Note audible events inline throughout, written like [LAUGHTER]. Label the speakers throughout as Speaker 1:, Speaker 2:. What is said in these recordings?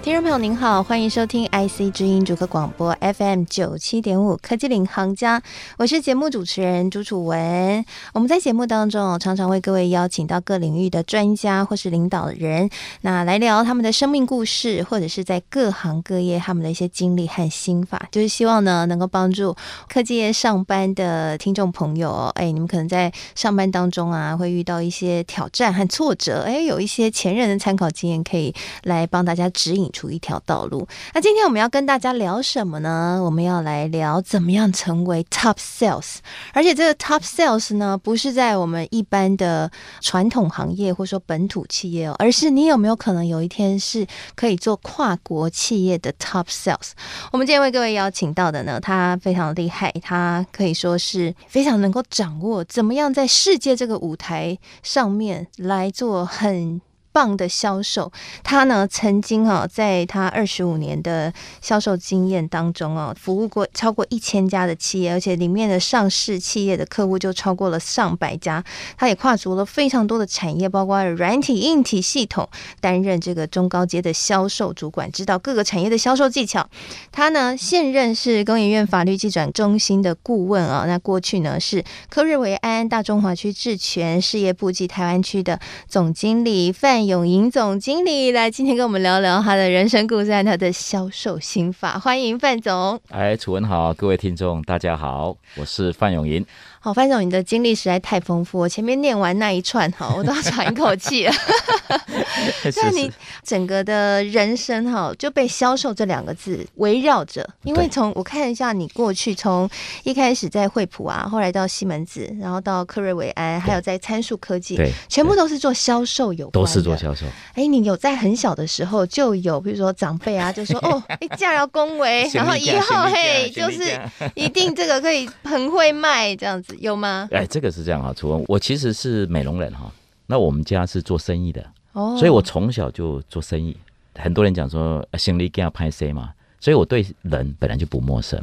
Speaker 1: 听众朋友您好，欢迎收听 IC 之音主客广播 FM 九七点五科技领航家，我是节目主持人朱楚文。我们在节目当中哦，常常为各位邀请到各领域的专家或是领导人，那来聊他们的生命故事，或者是在各行各业他们的一些经历和心法，就是希望呢能够帮助科技业上班的听众朋友哦，哎，你们可能在上班当中啊会遇到一些挑战和挫折，哎，有一些前人的参考经验可以来帮大家指引出一条道路。那今天我们要跟大家聊什么呢？我们要来聊怎么样成为 top sales，而且这个 top sales 呢，不是在我们一般的传统行业或者说本土企业哦，而是你有没有可能有一天是可以做跨国企业的 top sales？我们今天为各位邀请到的呢，他非常厉害，他可以说是非常能够掌握怎么样在世界这个舞台上面来做很棒的销售。他呢，曾经哦，在他二十五年的销售经验当中哦，服务过超过一千家的企业，而且里面的上市企业的客户就超过了上百家。他也跨足了非常多的产业，包括软体、硬体系统，担任这个中高阶的销售主管，指导各个产业的销售技巧。他呢，现任是工研院法律技转中心的顾问啊、那过去呢是科瑞维安大中华区智权事业部及台湾区的总经理范永银总经理，来今天跟我们聊聊他的人生故事和他的销售心法。欢迎范
Speaker 2: [LAUGHS]
Speaker 1: 总。
Speaker 2: 哎，楚文好，各位听众大家好，我是范永银。
Speaker 1: 好，范总，你的经历实在太丰富，我前面念完那一串哈，我都要喘一口气了。
Speaker 2: 是
Speaker 1: 那
Speaker 2: 是
Speaker 1: 你整个的人生哈就被“销售”这两个字围绕着，因为
Speaker 2: 对
Speaker 1: 从我看一下你过去，从一开始在惠普啊，后来到西门子，然后到科瑞维安，还有在参数科技，
Speaker 2: 对，
Speaker 1: 全部都是做销售有关
Speaker 2: 都
Speaker 1: 的，
Speaker 2: 是做。销售，
Speaker 1: 哎，你有在很小的时候就有，比如说长辈啊，就
Speaker 2: [LAUGHS]
Speaker 1: 说哦，你嫁要恭维，然后以后嘿，就是 [LAUGHS] 一定这个可以很会卖这样子，有吗？
Speaker 2: [LAUGHS] 哎，这个是这样哈，楚文，我其实是美容人哈，那我们家是做生意的，
Speaker 1: 哦，
Speaker 2: 所以我从小就做生意。很多人讲说呃心力更要拍 C 嘛，所以我对人本来就不陌生。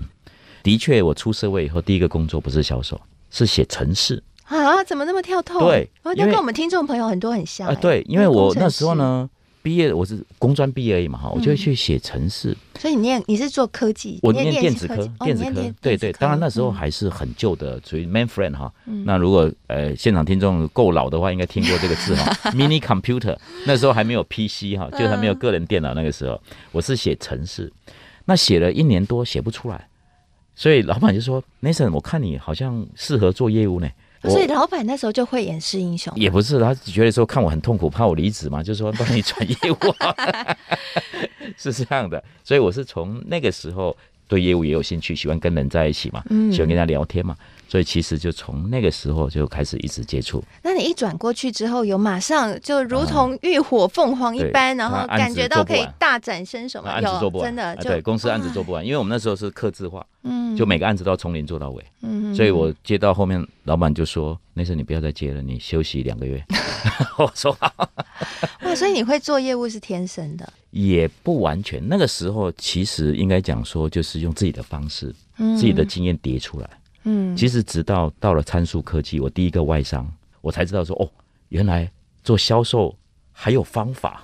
Speaker 2: 的确，我出社会以后第一个工作不是销售，是写程式。
Speaker 1: 啊，怎么那么跳痛？
Speaker 2: 对
Speaker 1: 哦，那
Speaker 2: 因为
Speaker 1: 跟我们听众朋友很多很像、
Speaker 2: 啊，
Speaker 1: 哎
Speaker 2: 对，因为我那时候，
Speaker 1: 工
Speaker 2: 呢，毕业我是工专毕业而已嘛哈，我就会去写程式。
Speaker 1: 程师所以你念你是做科技，
Speaker 2: 我
Speaker 1: 你
Speaker 2: 念电子科
Speaker 1: 技，哦
Speaker 2: 电
Speaker 1: 你
Speaker 2: 子
Speaker 1: 念
Speaker 2: 科
Speaker 1: 电，电
Speaker 2: 对
Speaker 1: 子
Speaker 2: 对，
Speaker 1: 科
Speaker 2: 当然那时候
Speaker 1: 嗯
Speaker 2: 还是很旧的，属于 mainframe 哈。那如果呃现场听众够老的话，应该听过这个
Speaker 1: [LAUGHS]
Speaker 2: 字哈，mini computer。那时候还没有 PC 哈，就还
Speaker 1: 嗯
Speaker 2: 没有个人电脑。那个时候我是写程式，那写了一年多写不出来，所以老板就说：“Nathan，我看你好像适合做业务呢。”我
Speaker 1: 嗯所以老板那时候就会演示英雄，
Speaker 2: 也不是，他觉得说看我很痛苦，怕我离职嘛， [LAUGHS] 就说帮你转业务好了， [LAUGHS] 是这样的。所以我是从那个时候对业务也有兴趣，喜欢跟人在一起嘛，
Speaker 1: 嗯
Speaker 2: 喜欢跟人家聊天嘛，所以其实就从那个时候就开始一直接触。
Speaker 1: 那你一转过去之后，有马上就如同浴火凤凰一
Speaker 2: 啊对
Speaker 1: 般，然
Speaker 2: 那
Speaker 1: 后
Speaker 2: 案
Speaker 1: 感
Speaker 2: 子
Speaker 1: 觉
Speaker 2: 做
Speaker 1: 到
Speaker 2: 不
Speaker 1: 可以
Speaker 2: 完
Speaker 1: 大展身手
Speaker 2: 那
Speaker 1: 嘛？
Speaker 2: 案子做不
Speaker 1: 有
Speaker 2: 完，
Speaker 1: 真的
Speaker 2: 啊
Speaker 1: 就
Speaker 2: 对公司案子做不完，因为我们那时候是刻字化，
Speaker 1: 嗯
Speaker 2: 就每个案子都要从零做到尾，
Speaker 1: 嗯
Speaker 2: 所以我接到后面，老板就说：“那时候你不要再接了，你休息两个月。”我说好。
Speaker 1: 哇，所以你会做业务是天生的，
Speaker 2: 也不完全。那个时候其实应该讲说，就是用自己的方式、
Speaker 1: 嗯
Speaker 2: 自己的经验叠出来。
Speaker 1: 嗯
Speaker 2: 其实直到到了参数科技，我第一个外商，我才知道说，哦，原来做销售还有方法，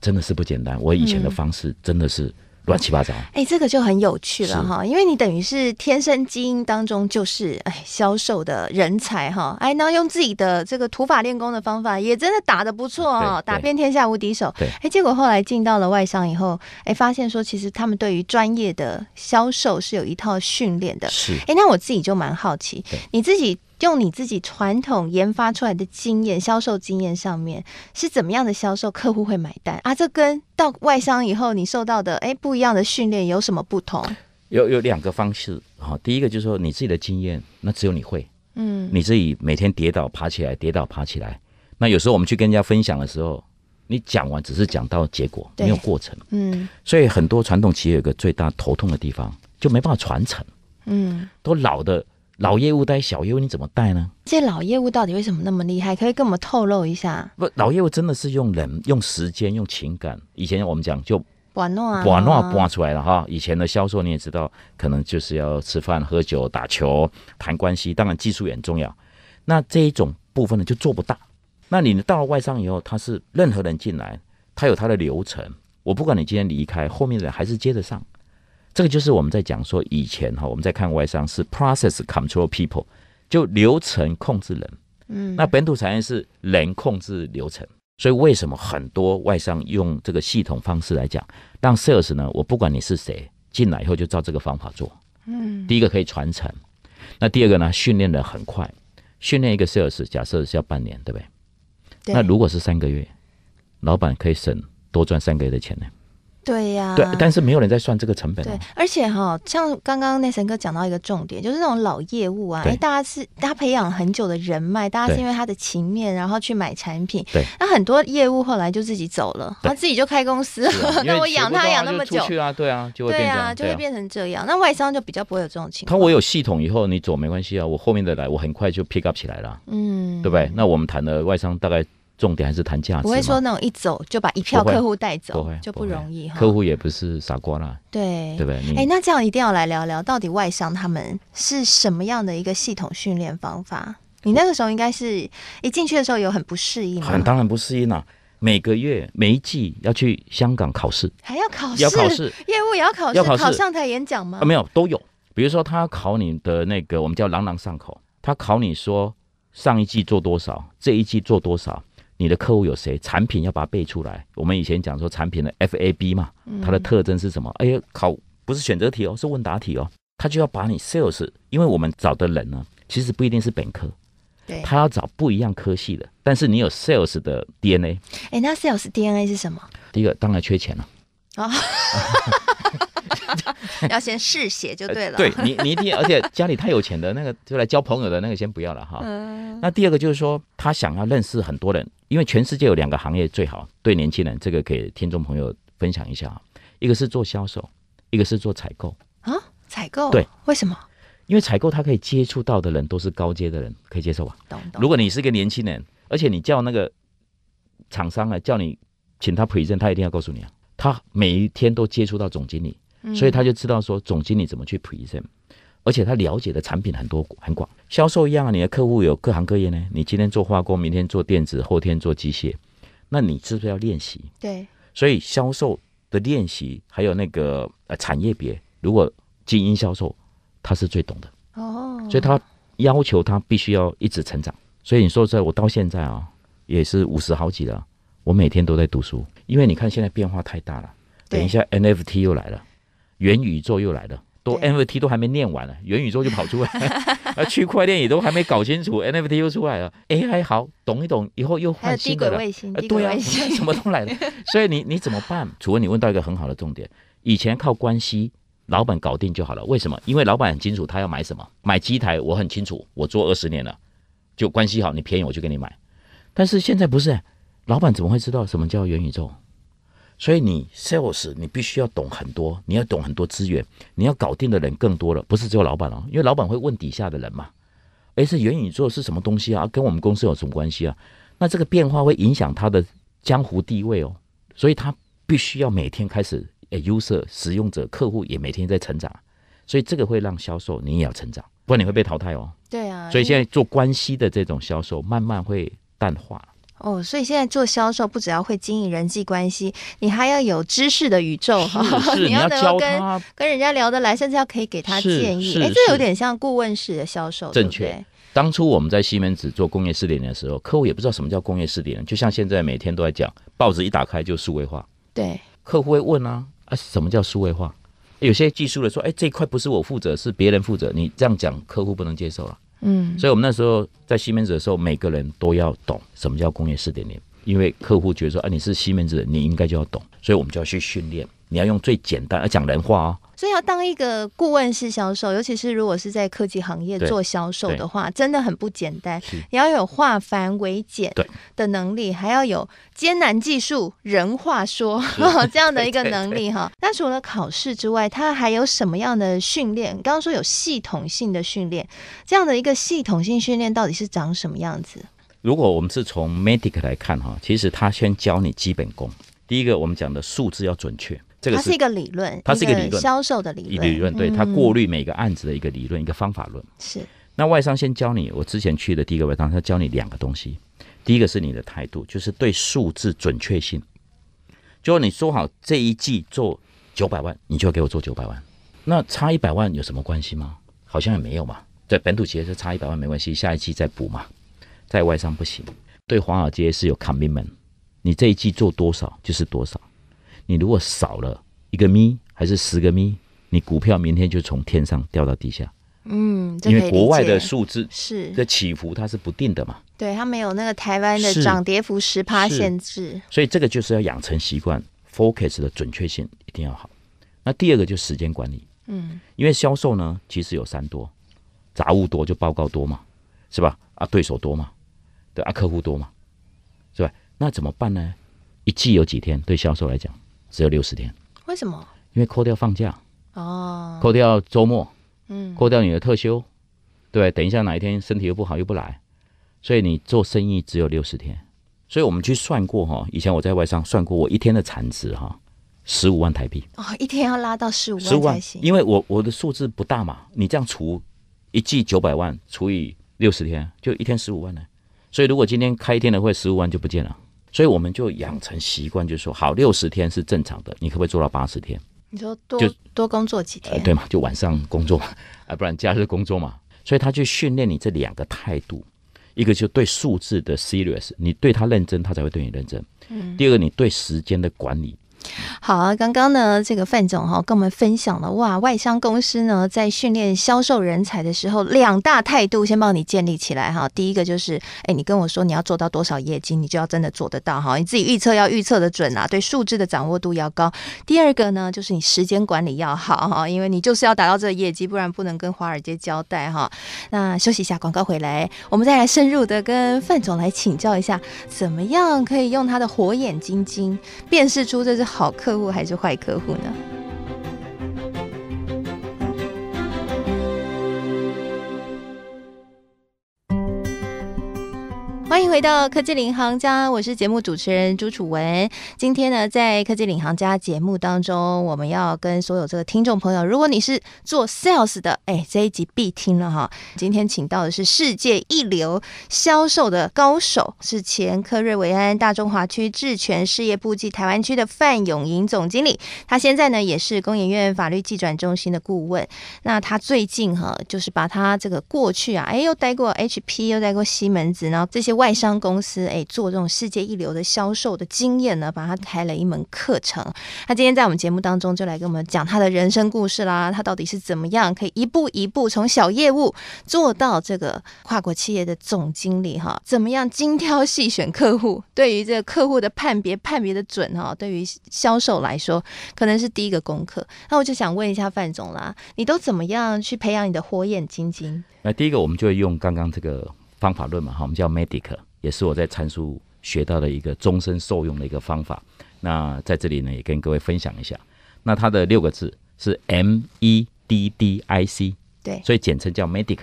Speaker 2: 真的是不简单。我以
Speaker 1: 嗯
Speaker 2: 前的方式真的是乱七八糟。
Speaker 1: 哎、这个就很有趣了
Speaker 2: 是
Speaker 1: 哈，因为你等于是天生基因当中就是哎销售的人才哈，哎，那用自己的这个土法练功的方法也真的打得不错哦，
Speaker 2: 对
Speaker 1: 打
Speaker 2: 对
Speaker 1: 遍天下无敌手。
Speaker 2: 对
Speaker 1: 哎，结果后来进到了外商以后，哎，发现说其实他们对于专业的销售是有一套训练的。
Speaker 2: 是
Speaker 1: 哎，那我自己就蛮好奇
Speaker 2: 对，
Speaker 1: 你自己用你自己传统研发出来的经验、销售经验上面，是怎么样的销售客户会买单啊？这跟到外商以后你受到的哎不一样的训练有什么不同？
Speaker 2: 有有两个方式哈、第一个就是说你自己的经验，那只有你会。
Speaker 1: 嗯，
Speaker 2: 你自己每天跌倒爬起来，跌倒爬起来。那有时候我们去跟人家分享的时候，你讲完只是讲到结果，
Speaker 1: 对
Speaker 2: 没有过程。
Speaker 1: 嗯
Speaker 2: 所以很多传统企业有个最大头痛的地方，就没办法传承，
Speaker 1: 嗯，
Speaker 2: 都老的老业务带小业务，你怎么带呢？
Speaker 1: 这老业务到底为什么那么厉害？可不可以跟我们透露一下？
Speaker 2: 不，老业务真的是用人、用时间、用情感。以前我们讲就
Speaker 1: 玩弄啊，
Speaker 2: 把那把出来了哈。以前的销售你也知道，可能就是要吃饭、喝酒、打球、谈关系，当然技术也很重要。那这一种部分呢，就做不大。那你到了外商以后，他是任何人进来，他有他的流程。我不管你今天离开，后面的人还是接着上。这个就是我们在讲说以前哈，我们在看外商是 process control people，就流程控制人。
Speaker 1: 嗯，
Speaker 2: 那本土产业是人控制流程，所以为什么很多外商用这个系统方式来讲，让 sales 呢？我不管你是谁，进来以后就照这个方法做。嗯，第一个可以传承，那第二个呢，训练的很快，训练一个 sales 假设是要半年，对不对？
Speaker 1: 对
Speaker 2: 那如果是三个月，老板可以省多赚三个月的钱呢？
Speaker 1: 对呀、
Speaker 2: 对，但是没有人在算这个成本、
Speaker 1: 对
Speaker 2: 哦。，
Speaker 1: 而且哈、像刚刚内神哥讲到一个重点，就是那种老业务啊，
Speaker 2: 对
Speaker 1: 哎，大家是大家培养很久的人脉，大家是
Speaker 2: 对
Speaker 1: 因为他的情面，然后去买产品。
Speaker 2: 对，
Speaker 1: 那很多业务后来就自己走了，
Speaker 2: 对
Speaker 1: 他自己就开公司 [LAUGHS]
Speaker 2: 是啊
Speaker 1: 了。
Speaker 2: 因
Speaker 1: 那
Speaker 2: 为
Speaker 1: 我
Speaker 2: 学
Speaker 1: 养
Speaker 2: 不
Speaker 1: 他
Speaker 2: 到啊
Speaker 1: 养那
Speaker 2: 就
Speaker 1: 么久
Speaker 2: 出，去啊，对啊，就会
Speaker 1: 对
Speaker 2: 变这
Speaker 1: 啊，
Speaker 2: 样，
Speaker 1: 就
Speaker 2: 对
Speaker 1: 会
Speaker 2: 啊。
Speaker 1: 变成这样。那外商就比较不会有这种情
Speaker 2: 他
Speaker 1: 况。
Speaker 2: 我有系统以后，你走没关系啊，我后面的来，我很快就 pick up 起来了啊。
Speaker 1: 嗯，
Speaker 2: 对不对？那我们谈的外商大概重点还是谈价值嘛，
Speaker 1: 不会说那种一走就把一票
Speaker 2: 不会
Speaker 1: 客户带走，
Speaker 2: 不会
Speaker 1: 就不
Speaker 2: 不会
Speaker 1: 容易哈。
Speaker 2: 客户也不是傻瓜啦，
Speaker 1: 对
Speaker 2: 对不嗯对？
Speaker 1: 哎，
Speaker 2: 你
Speaker 1: 那这样一定要来聊聊，到底外商他们是什么样的一个系统训练方法？你那个时候应该是一进去的时候有很不适应吗
Speaker 2: 很？当然不适应啦。啊每个月每一季要去香港考试
Speaker 1: 还要考试？
Speaker 2: 要考试
Speaker 1: 业务也要考试？
Speaker 2: 要考试
Speaker 1: 上台演讲吗？
Speaker 2: 啊，没有都有。比如说他考你的那个，我们叫朗朗上口，他考你说上一季做多少，这一季做多少。你的客户有谁？产品要把它背出来。我们以前讲说产品的 FAB 嘛，它的特征是什么？哎呀，考不是选择题哦，是问答题哦。他就要把你 sales，因为我们找的人呢，其实不一定是本科，
Speaker 1: 对。
Speaker 2: 他要找不一样科系的，但是你有 sales 的 DNA。
Speaker 1: 哎，那 sales DNA 是什
Speaker 2: [LAUGHS]
Speaker 1: 么？
Speaker 2: 第一个当然缺钱了，
Speaker 1: 要先试写就对了。
Speaker 2: 对你你一定，而且家里太有钱的那个就来交朋友的那个先不要了哈。
Speaker 1: 嗯
Speaker 2: 那第二个就是说，他想要认识很多人，因为全世界有两个行业最好对年轻人，这个给听众朋友分享一下啊，一个是做销售，一个是做采购。
Speaker 1: 啊，采购。
Speaker 2: 对，
Speaker 1: 为什么？
Speaker 2: 因为采购他可以接触到的人都是高阶的人，可以接受吧？
Speaker 1: 懂懂。
Speaker 2: 如果你是个年轻人，而且你叫那个厂商啊，叫你请他 present，他一定要告诉你啊，他每一天都接触到总经理，所以他就知道说总经理怎么去 present，而且他了解的产品很多很广。销售一样啊，你的客户有各行各业呢，你今天做化工，明天做电子，后天做机械，那你是不是要练习？
Speaker 1: 对，
Speaker 2: 所以销售的练习还有那个呃产业别，如果精英销售，他是最懂的。
Speaker 1: 哦，
Speaker 2: 所以他要求他必须要一直成长。所以你说这我到现在啊，也是五十好几了，我每天都在读书，因为你看现在变化太大了。
Speaker 1: 对
Speaker 2: 等一下 NFT 又来了，元宇宙又来了，都
Speaker 1: 对
Speaker 2: NFT 都还没念完呢，元宇宙就跑出来了，
Speaker 1: [LAUGHS]
Speaker 2: 而啊区块链也都还没搞清楚，NFT 又出来了，AI 好懂一懂，以后又
Speaker 1: 还有
Speaker 2: 换
Speaker 1: 低
Speaker 2: 新
Speaker 1: 轨
Speaker 2: 的了。
Speaker 1: 卫星，
Speaker 2: 呃
Speaker 1: 低轨
Speaker 2: 对啊，
Speaker 1: 卫
Speaker 2: 什么
Speaker 1: 星。
Speaker 2: [LAUGHS] 什么都来了，所以你你怎么办？楚文，你问到一个很好的重点，以前靠关系，老板搞定就好了。为什么？因为老板很清楚他要买什么，买机台我很清楚，我做二十年了，就关系好，你便宜我就给你买。但是现在不是，老板怎么会知道什么叫元宇宙？所以你 sales 你必须要懂很多，你要懂很多资源，你要搞定的人更多了，不是只有老板哦，因为老板会问底下的人嘛。诶，是元宇宙是什么东西啊？跟我们公司有什么关系啊？那这个变化会影响他的江湖地位哦，所以他必须要每天开始，诶，user 使用者客户也每天在成长，啊所以这个会让销售你也要成长，不然你会被淘汰哦。
Speaker 1: 对啊，
Speaker 2: 所以现在做关系的这种销售慢慢会淡化。
Speaker 1: 哦，所以现在做销售不只要会经营人际关系，你还要有知识的宇宙 [LAUGHS] 哈，
Speaker 2: 是你
Speaker 1: 要
Speaker 2: 要
Speaker 1: 能够
Speaker 2: 教
Speaker 1: 跟
Speaker 2: 他
Speaker 1: 跟人家聊得来，甚至要可以给他
Speaker 2: 是
Speaker 1: 建议。
Speaker 2: 是
Speaker 1: 哎，这
Speaker 2: 是
Speaker 1: 有点像顾问式的销售，对
Speaker 2: 正
Speaker 1: 不
Speaker 2: 确
Speaker 1: 对
Speaker 2: 当初我们在西门子做工业四点零的时候，客户也不知道什么叫工业四点零，就像现在每天都在讲，报纸一打开就数位化，
Speaker 1: 对
Speaker 2: 客户会问啊啊，什么叫数位化？有些技术的说，哎，这一块不是我负责，是别人负责，你这样讲客户不能接受了。
Speaker 1: 嗯，
Speaker 2: 所以我们那时候在西门子的时候，每个人都要懂什么叫工业四点零，因为客户觉得说，啊，你是西门子人，你应该就要懂，所以我们就要去训练，你要用最简单，要讲人话哦。
Speaker 1: 所以要当一个顾问式销售，尤其是如果是在科技行业
Speaker 2: 对
Speaker 1: 做销售
Speaker 2: 对
Speaker 1: 的话，真的很不简单
Speaker 2: 是。
Speaker 1: 你要有化繁为简
Speaker 2: 对
Speaker 1: 的能力，还要有艰难技术、人话说 [LAUGHS] 这样的一个能力哈。那除了考试之外，它还有什么样的训练？你刚刚说有系统性的训练，这样的一个系统性训练到底是长什么样子？
Speaker 2: 如果我们是从 Medic 来看哈，其实他先教你基本功。第一个，我们讲的数字要准确，这个
Speaker 1: 它是一个理论，
Speaker 2: 它是一个理论
Speaker 1: 销售的理
Speaker 2: 理
Speaker 1: 论，嗯
Speaker 2: 理论，对它嗯过滤每个案子的一个理论，一个方法论。
Speaker 1: 是
Speaker 2: 那外商先教你，我之前去的第一个外商，他教你两个东西，第一个是你的态度，就是对数字准确性，就是你说好这一季做九百万，你就要给我做九百万，那差一百万有什么关系吗？好像也没有嘛，在本土企业是差一百万没关系，下一季再补嘛，在外商不行，对华尔街是有 commitment，你这一季做多少就是多少，你如果少了一个咪还是十个咪，你股票明天就从天上掉到地下，
Speaker 1: 嗯，这
Speaker 2: 因
Speaker 1: 可
Speaker 2: 为
Speaker 1: 以
Speaker 2: 国
Speaker 1: 理
Speaker 2: 外的
Speaker 1: 解
Speaker 2: 数字
Speaker 1: 是
Speaker 2: 这起伏它是不定的嘛，
Speaker 1: 对它没有那个台湾的
Speaker 2: 是
Speaker 1: 涨跌幅十趴
Speaker 2: 是
Speaker 1: 限制，
Speaker 2: 所以这个就是要养成习惯，focus 的准确性一定要好。那第二个就是时间管理，嗯，因为销售呢其实有三多，杂物多就报告多嘛，是吧？啊，对手多嘛，对啊，客户多嘛，是吧？那怎么办呢？一季有几天？对销售来讲只有六十天，
Speaker 1: 为什么？
Speaker 2: 因为扣掉放假，
Speaker 1: 哦，
Speaker 2: 扣掉周末，
Speaker 1: 嗯，
Speaker 2: 扣掉你的特休，对，等一下哪一天身体又不好又不来，所以你做生意只有六十天。所以我们去算过哈，以前我在外商算过，我一天的产值哈，十五万台币，
Speaker 1: 哦，一天要拉到十五
Speaker 2: 十五
Speaker 1: 万
Speaker 2: 万
Speaker 1: 才，行，
Speaker 2: 因为我我的数字不大嘛，你这样除一季九百万除以六十天，就一天十五万呢。所以如果今天开一天的会，十五万就不见了。所以我们就养成习惯，就是说，好，六十天是正常的，你可不可以做到八十天？
Speaker 1: 你说多
Speaker 2: 就
Speaker 1: 多工作几
Speaker 2: 呃，
Speaker 1: 天，
Speaker 2: 对嘛，就晚上工作嘛，啊，不然假日工作嘛。所以他去训练你这两个态度，一个就对数字的 serious，你对他认真，他才会对你认真。第二个，你对时间的管理，
Speaker 1: 好啊，刚刚呢，这个范总哈、跟我们分享了哇，外商公司呢在训练销售人才的时候，两大态度先帮你建立起来哈、第一个就是，哎，你跟我说你要做到多少业绩，你就要真的做得到哈、你自己预测要预测的准啊，对数字的掌握度要高。第二个呢，就是你时间管理要好哈、 [LAUGHS] 因为你就是要达到这个业绩，不然不能跟华尔街交代哈、那休息一下，广告回来，我们再来深入的跟范总来请教一下，怎么样可以用他的火眼金睛辨识出这是好客户还是坏客户呢？欢迎回到科技领航家，我是节目主持人朱楚文。今天呢，在科技领航家节目当中，我们要跟所有这个听众朋友，如果你是做 sales 的，哎，这一集必听了哈。今天请到的是世界一流销售的高手，是前科瑞维安大中华区智权事业部暨台湾区的范永银总经理。他现在呢也是工研院法律技转中心的顾问。那他最近哈、就是把他这个过去啊，哎，又待过 HP，又待过西门子，然后这些外商公司哎做这种世界一流的销售的经验呢，把他开了一门课程。他今天在我们节目当中就来跟我们讲他的人生故事啦，他到底是怎么样可以一步一步从小业务做到这个跨国企业的总经理哈，怎么样精挑细选客户？ [LAUGHS] 对于这个客户的判别判别的准哈，对于销售来说可能是第一个功课。那我就想问一下范总啦，你都怎么样去培养你的火眼金睛？
Speaker 2: 那第一个我们就会用刚刚这个方法论嘛，哈，我们叫 medic，也是我在参数学到的一个终身受用的一个方法。那在这里呢，也跟各位分享一下。那它的六个字是 M E D D I C，
Speaker 1: 对
Speaker 2: 所以简称叫 medic。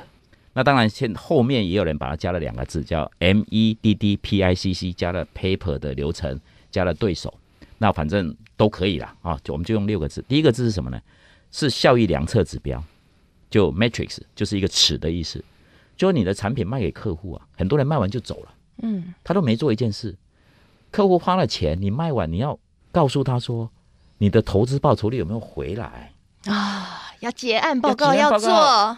Speaker 2: 那当然现后面也有人把它加了两个字，叫 M E D D P I C C，加了 paper 的流程，加了对手，那反正都可以啦啊，就我们就用六个字。第一个字是什么呢？是效益量测指标。就 matrix 就是一个尺的意思，就是你的产品卖给客户啊，很多人卖完就走了，嗯，他都没做一件事，客户花了钱，你卖完你要告诉他说，你的投资报酬率有没有回来？
Speaker 1: 要结案报告
Speaker 2: 结
Speaker 1: 要
Speaker 2: 案
Speaker 1: 做，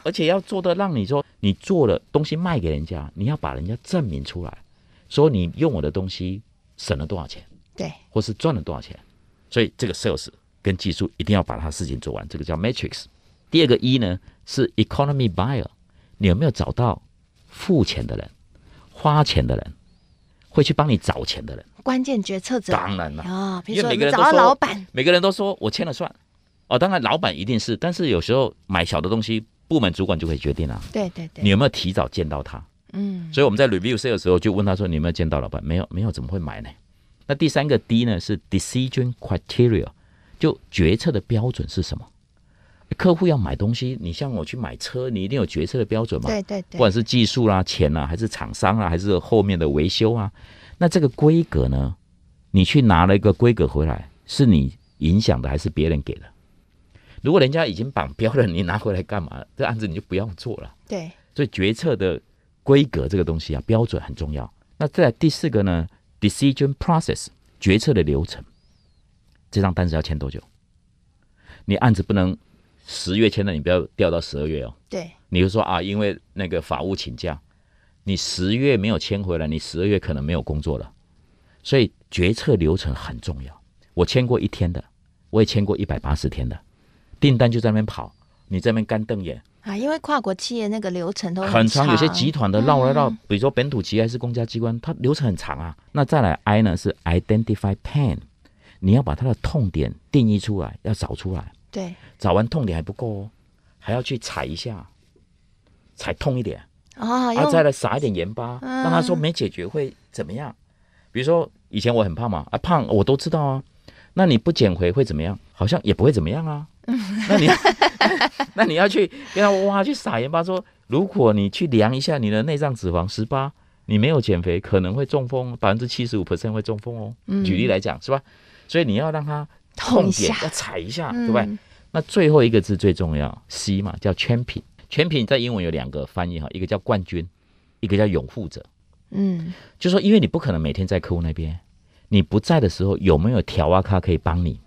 Speaker 2: 而且要做的让你说你做了东西卖给人家，你要把人家证明出来，说你用我的东西省了多少钱，
Speaker 1: 对，
Speaker 2: 或是赚了多少钱。所以这个 sales 跟技术一定要把它事情做完，这个叫 matrix。第二个一呢是 economy buyer，你有没有找到付钱的人、花钱的人，会去帮你找钱的人？
Speaker 1: 关键决策者
Speaker 2: 当然了，
Speaker 1: 啊，比
Speaker 2: 因
Speaker 1: 如说
Speaker 2: 为
Speaker 1: 你
Speaker 2: 每个人
Speaker 1: 找
Speaker 2: 都
Speaker 1: 到
Speaker 2: 说
Speaker 1: 老板，
Speaker 2: 每个人都说我签了算。哦，当然老板一定是，但是有时候买小的东西，部门主管就可以决定了、啊
Speaker 1: 对对对，
Speaker 2: 你有没有提早见到他？
Speaker 1: 嗯，
Speaker 2: 所以我们在 review sale 的时候就问他说：“你有没有见到老板？”没有，没有，怎么会买呢？那第三个 D 呢是 decision criteria，就决策的标准是什么？客户要买东西，你像我去买车，你一定有决策的标准嘛？
Speaker 1: 对对
Speaker 2: 不
Speaker 1: 对，
Speaker 2: 管是技术啦、钱啊啦，还是厂商啦，还是后面的维修啊，那这个规格呢，你去拿了一个规格回来，是你影响的还是别人给的。如果人家已经绑标了，你拿回来干嘛？这案子你就不要做了。
Speaker 1: 对，
Speaker 2: 所以决策的规格这个东西啊，标准很重要。那再来第四个呢，decision process 决策的流程，这张单子要签多久？你案子不能十月签的，你不要调到十二月哦。
Speaker 1: 对，
Speaker 2: 你就说啊，因为那个法务请假，你十月没有签回来，你十二月可能没有工作了，所以决策流程很重要。我签过一天的，我也签过一百八十天的，订单就在那边跑，你在那边干瞪眼，
Speaker 1: 啊，因为跨国企业那个流程都
Speaker 2: 很
Speaker 1: 长，
Speaker 2: 长。有些集团的绕来绕，比如说本土企业还是公家机关，它流程很长啊。那再来 I 呢是 identify pain，你要把它的痛点定义出来，要找出来。
Speaker 1: 对，
Speaker 2: 找完痛点还不够哦，还要去踩一下，踩痛一点。
Speaker 1: 哦，
Speaker 2: 啊，
Speaker 1: 用嗯
Speaker 2: 再来撒一点盐巴，让他说没解决会怎么样？比如说以前我很胖嘛，啊胖我都知道啊，那你不减肥会怎么样？好像也不会怎么样啊。
Speaker 1: [LAUGHS]
Speaker 2: 那你 [LAUGHS] 那你要去跟他哇去撒盐巴说，如果你去量一下你的内脏脂肪十八，你没有减肥可能会中风，百分之七十五 percent 会中风哦。举例来讲是吧？所以你要让他
Speaker 1: 嗯痛一
Speaker 2: 痛点
Speaker 1: 下
Speaker 2: 要踩一下，对
Speaker 1: 嗯
Speaker 2: 不对？那最后一个字最重要，C 嘛，叫圈品。圈品在英文有两个翻译哈，一个叫冠军，一个叫拥护者。
Speaker 1: 嗯，
Speaker 2: 就说因为你不可能每天在客户那边，你不在的时候有没有调啊咖可以帮你，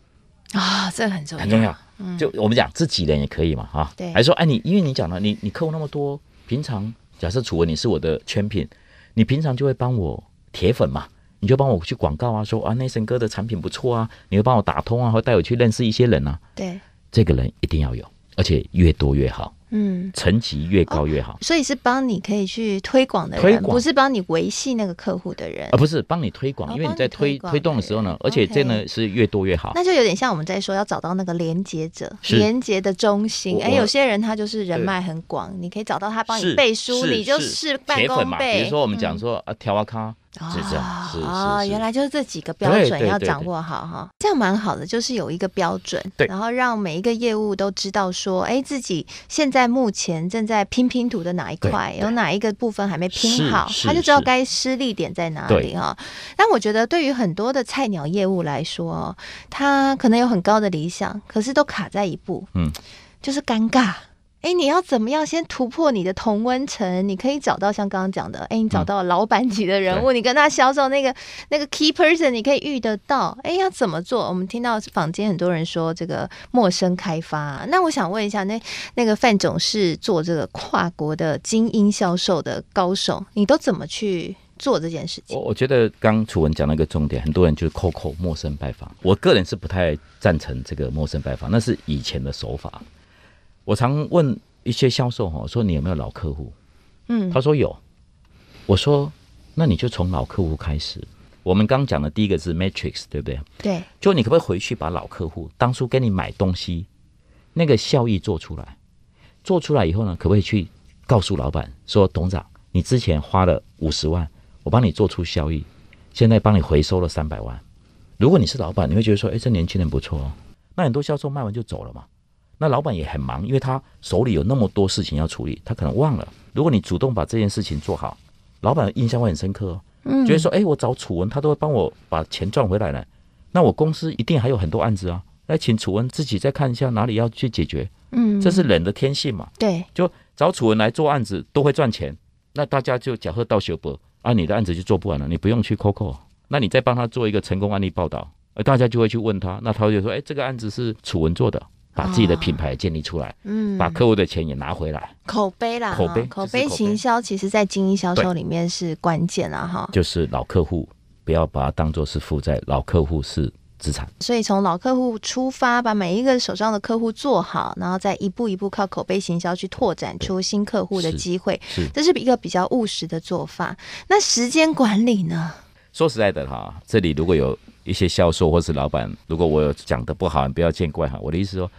Speaker 1: 啊、这个很重要，
Speaker 2: 很重要。就我们讲自己人也可以嘛，哈、
Speaker 1: 嗯对
Speaker 2: 还说哎你，因为你讲了，你你客户那么多，平常假设楚文你是我的圈品，你平常就会帮我铁粉嘛，你就帮我去广告啊，说啊内森哥的产品不错啊，你会帮我打通啊，会带我去认识一些人啊，
Speaker 1: 对，
Speaker 2: 这个人一定要有，而且越多越好，
Speaker 1: 嗯，
Speaker 2: 层级越高越好。
Speaker 1: 所以是帮你可以去推广的
Speaker 2: 推
Speaker 1: 人，
Speaker 2: 广
Speaker 1: 不是帮你维系那个客户的人
Speaker 2: 而。不是帮你推广，
Speaker 1: 呃哦
Speaker 2: 因为
Speaker 1: 帮
Speaker 2: 你
Speaker 1: 你
Speaker 2: 在
Speaker 1: 推
Speaker 2: 推
Speaker 1: 广
Speaker 2: 推
Speaker 1: 的
Speaker 2: 动的时候呢
Speaker 1: 人，
Speaker 2: 而且这
Speaker 1: OK
Speaker 2: 呢是越多越好。
Speaker 1: 那就有点像我们在说要找到那个连接者，
Speaker 2: 是
Speaker 1: 连接的中心。
Speaker 2: 我
Speaker 1: 哎，
Speaker 2: 我
Speaker 1: 有些人他就是人脉很广，你可以找到他帮你
Speaker 2: 是
Speaker 1: 背书，
Speaker 2: 是
Speaker 1: 你就是事
Speaker 2: 铁
Speaker 1: 半
Speaker 2: 粉
Speaker 1: 功
Speaker 2: 嘛。
Speaker 1: 倍。嗯
Speaker 2: 比如说我们讲说啊，调啊咖
Speaker 1: 啊
Speaker 2: 是这样，是
Speaker 1: 哦，
Speaker 2: 是
Speaker 1: 原
Speaker 2: 是。
Speaker 1: 来就是这几个标
Speaker 2: 对
Speaker 1: 准
Speaker 2: 对
Speaker 1: 要
Speaker 2: 对
Speaker 1: 掌
Speaker 2: 对
Speaker 1: 握好哈，这样蛮好的，就是有一个标准，
Speaker 2: 对
Speaker 1: 然后让每一个业务都知道说，哎，自己现在目前正在拼拼图的哪一
Speaker 2: 对
Speaker 1: 块，
Speaker 2: 对
Speaker 1: 有哪一个部分还没拼
Speaker 2: 是
Speaker 1: 好，
Speaker 2: 是
Speaker 1: 他就知道
Speaker 2: 是
Speaker 1: 该失力点在哪
Speaker 2: 对
Speaker 1: 里哈。但我觉得对于很多的菜鸟业务来说哦，他可能有很高的理想，可是都卡在一步，
Speaker 2: 嗯，
Speaker 1: 就是尴尬。哎，你要怎么样先突破你的同温层？你可以找到像刚刚讲的，哎，你找到老板级的人
Speaker 2: 嗯
Speaker 1: 物，你跟他销售那个那个 key person，你可以遇得到。哎，要怎么做？我们听到坊间很多人说这个陌生开发，那我想问一下，那那个范总是做这个跨国的精英销售的高手，你都怎么去做这件事情？
Speaker 2: 我我觉得刚楚文讲了一个重点，很多人就是扣扣陌生拜访，我个人是不太赞成这个陌生拜访，那是以前的手法。我常问一些销售哈，说你有没有老客户？
Speaker 1: 嗯，
Speaker 2: 他说有。我说那你就从老客户开始。我们刚讲的第一个是 matrix，对不对？
Speaker 1: 对，
Speaker 2: 就你可不可以回去把老客户当初跟你买东西那个效益做出来？做出来以后呢，可不可以去告诉老板说，董事长，你之前花了五十万，我帮你做出效益，现在帮你回收了三百万。如果你是老板，你会觉得说，哎，这年轻人不错哦。那很多销售卖完就走了嘛，那老板也很忙，因为他手里有那么多事情要处理，他可能忘了。如果你主动把这件事情做好，老板印象会很深刻哦，
Speaker 1: 嗯
Speaker 2: 觉得说，哎，我找楚文，他都会帮我把钱赚回来呢。那我公司一定还有很多案子啊，来请楚文自己再看一下哪里要去解决，
Speaker 1: 嗯，
Speaker 2: 这是人的天性嘛。
Speaker 1: 对，
Speaker 2: 就找楚文来做案子都会赚钱，那大家就假贺到修博啊，你的案子就做不完了，你不用去 COCO，那你再帮他做一个成功案例报道，而大家就会去问他，那他就说，哎，这个案子是楚文做的，把自己的品牌建立出来，
Speaker 1: 嗯，
Speaker 2: 把客户的钱也拿回来，
Speaker 1: 口碑啦，
Speaker 2: 口碑
Speaker 1: 哈口
Speaker 2: 这是
Speaker 1: 碑
Speaker 2: 口碑
Speaker 1: 行销其实在精英销售
Speaker 2: 对
Speaker 1: 里面是关键啦，哈。
Speaker 2: 就是老客户不要把它当做是负债，老客户是资产。
Speaker 1: 所以从老客户出发，把每一个手上的客户做好，然后再一步一步靠口碑行销去拓展出新客户的
Speaker 2: 是
Speaker 1: 机会，
Speaker 2: 是
Speaker 1: 这是一个比较务实的做法。那时间管理呢？
Speaker 2: 说实在的哈，这里如果有一些销售或是老板，如果我有讲的不好，你不要见怪哈。我的意思说，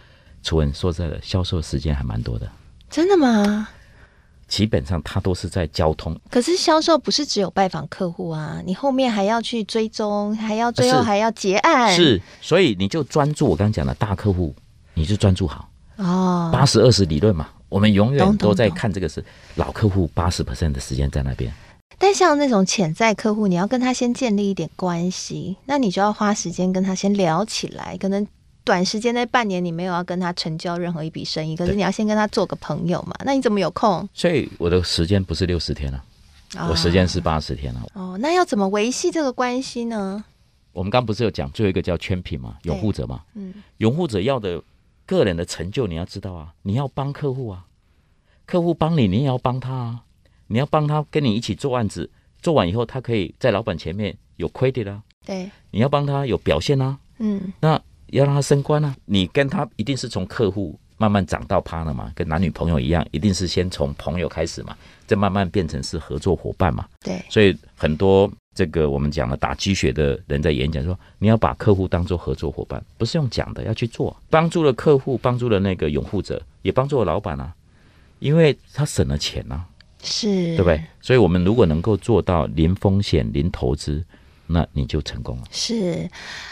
Speaker 2: 楚文说实在的，销售时间还蛮多的，
Speaker 1: 真的吗？
Speaker 2: 基本上他都是在交通，
Speaker 1: 可是销售不是只有拜访客户啊，你后面还要去追踪，还要最
Speaker 2: 啊是
Speaker 1: 后还要结案，
Speaker 2: 是，所以你就专注我刚刚讲的大客户，你就专注好
Speaker 1: 哦，
Speaker 2: 八十二十理论嘛。我们永
Speaker 1: 懂
Speaker 2: 远
Speaker 1: 懂
Speaker 2: 都在
Speaker 1: 懂
Speaker 2: 看这个是老客户八十 percent 的时间在那边，
Speaker 1: 但像那种潜在客户，你要跟他先建立一点关系，那你就要花时间跟他先聊起来，可能短时间内半年你没有要跟他成交任何一笔生意，可是你要先跟他做个朋友嘛，那你怎么有空？
Speaker 2: 所以我的时间不是六十天啊，我时间是八十天啊。
Speaker 1: 哦，那要怎么维系这个关系呢？
Speaker 2: 我们刚不是有讲最后一个叫圈品嘛，拥护者嘛，
Speaker 1: 嗯，
Speaker 2: 拥护者要的个人的成就你要知道啊，你要帮客户啊，客户帮你，你也要帮他啊，你要帮他跟你一起做案子，做完以后他可以在老板前面有 credit 啊，
Speaker 1: 对，
Speaker 2: 你要帮他有表现啊，
Speaker 1: 嗯，
Speaker 2: 那要让他升官啊，你跟他一定是从客户慢慢长到 partner 嘛，跟男女朋友一样，一定是先从朋友开始嘛，再慢慢变成是合作伙伴嘛。
Speaker 1: 对，
Speaker 2: 所以很多这个我们讲的打鸡血的人在演讲说，你要把客户当做合作伙伴，不是用讲的，要去做，帮助了客户，帮助了那个拥护者，也帮助了老板啊，因为他省了钱啊，
Speaker 1: 是，
Speaker 2: 对不对？所以我们如果能够做到零风险、零投资，那你就成功了。
Speaker 1: 是，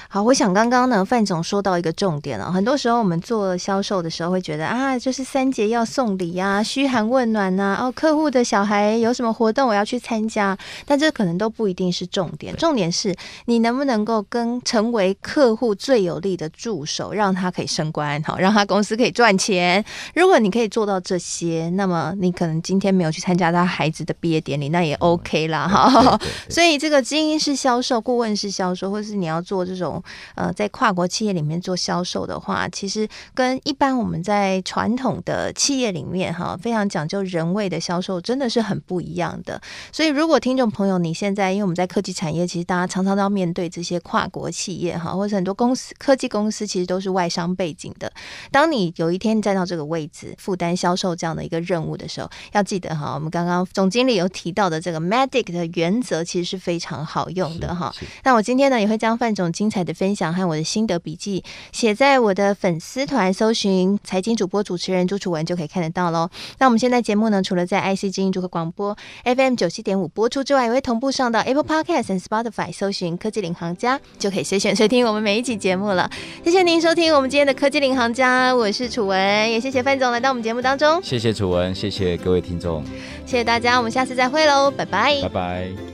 Speaker 1: 好，我想刚刚呢，范总说到一个重点了、哦很多时候我们做销售的时候会觉得啊，就是三节要送礼啊，嘘寒问暖呐、哦，客户的小孩有什么活动我要去参加，但这可能都不一定是重点，重点是你能不能够跟成为客户最有力的助手，让他可以升官，好，让他公司可以赚钱。如果你可以做到这些，那么你可能今天没有去参加他孩子的毕业典礼，那也 OK 啦，哈、
Speaker 2: 嗯对对对
Speaker 1: 所以这个精英式销售、顾问式销售，或是你要做这种呃，在跨国企业里面做销售的话，其实跟一般我们在传统的企业里面哈，非常讲究人味的销售，真的是很不一样的。所以，如果听众朋友你现在，因为我们在科技产业，其实大家常常都要面对这些跨国企业哈，或者很多公司科技公司其实都是外商背景的。当你有一天站到这个位置，负担销售这样的一个任务的时候，要记得哈，我们刚刚总经理有提到的这个 MADIC 的原则，其实是非常好用的哈。
Speaker 2: 是是
Speaker 1: 那我今天呢，也会将范总精彩的分享和我的心得笔记写在我的粉丝团，搜寻“财经主播主持人朱楚文”就可以看得到喽。那我们现在节目呢，除了在 IC 之音主客广播 FM 九七点五播出之外，也会同步上到 Apple Podcast 和 Spotify 搜寻“科技领航家”，就可以随选随听我们每一期节目了。谢谢您收听我们今天的《科技领航家》，我是楚文，也谢谢范总来到我们节目当中，
Speaker 2: 谢谢楚文，谢谢各位听众，
Speaker 1: 谢谢大家，我们下次再会喽，拜拜
Speaker 2: 拜拜。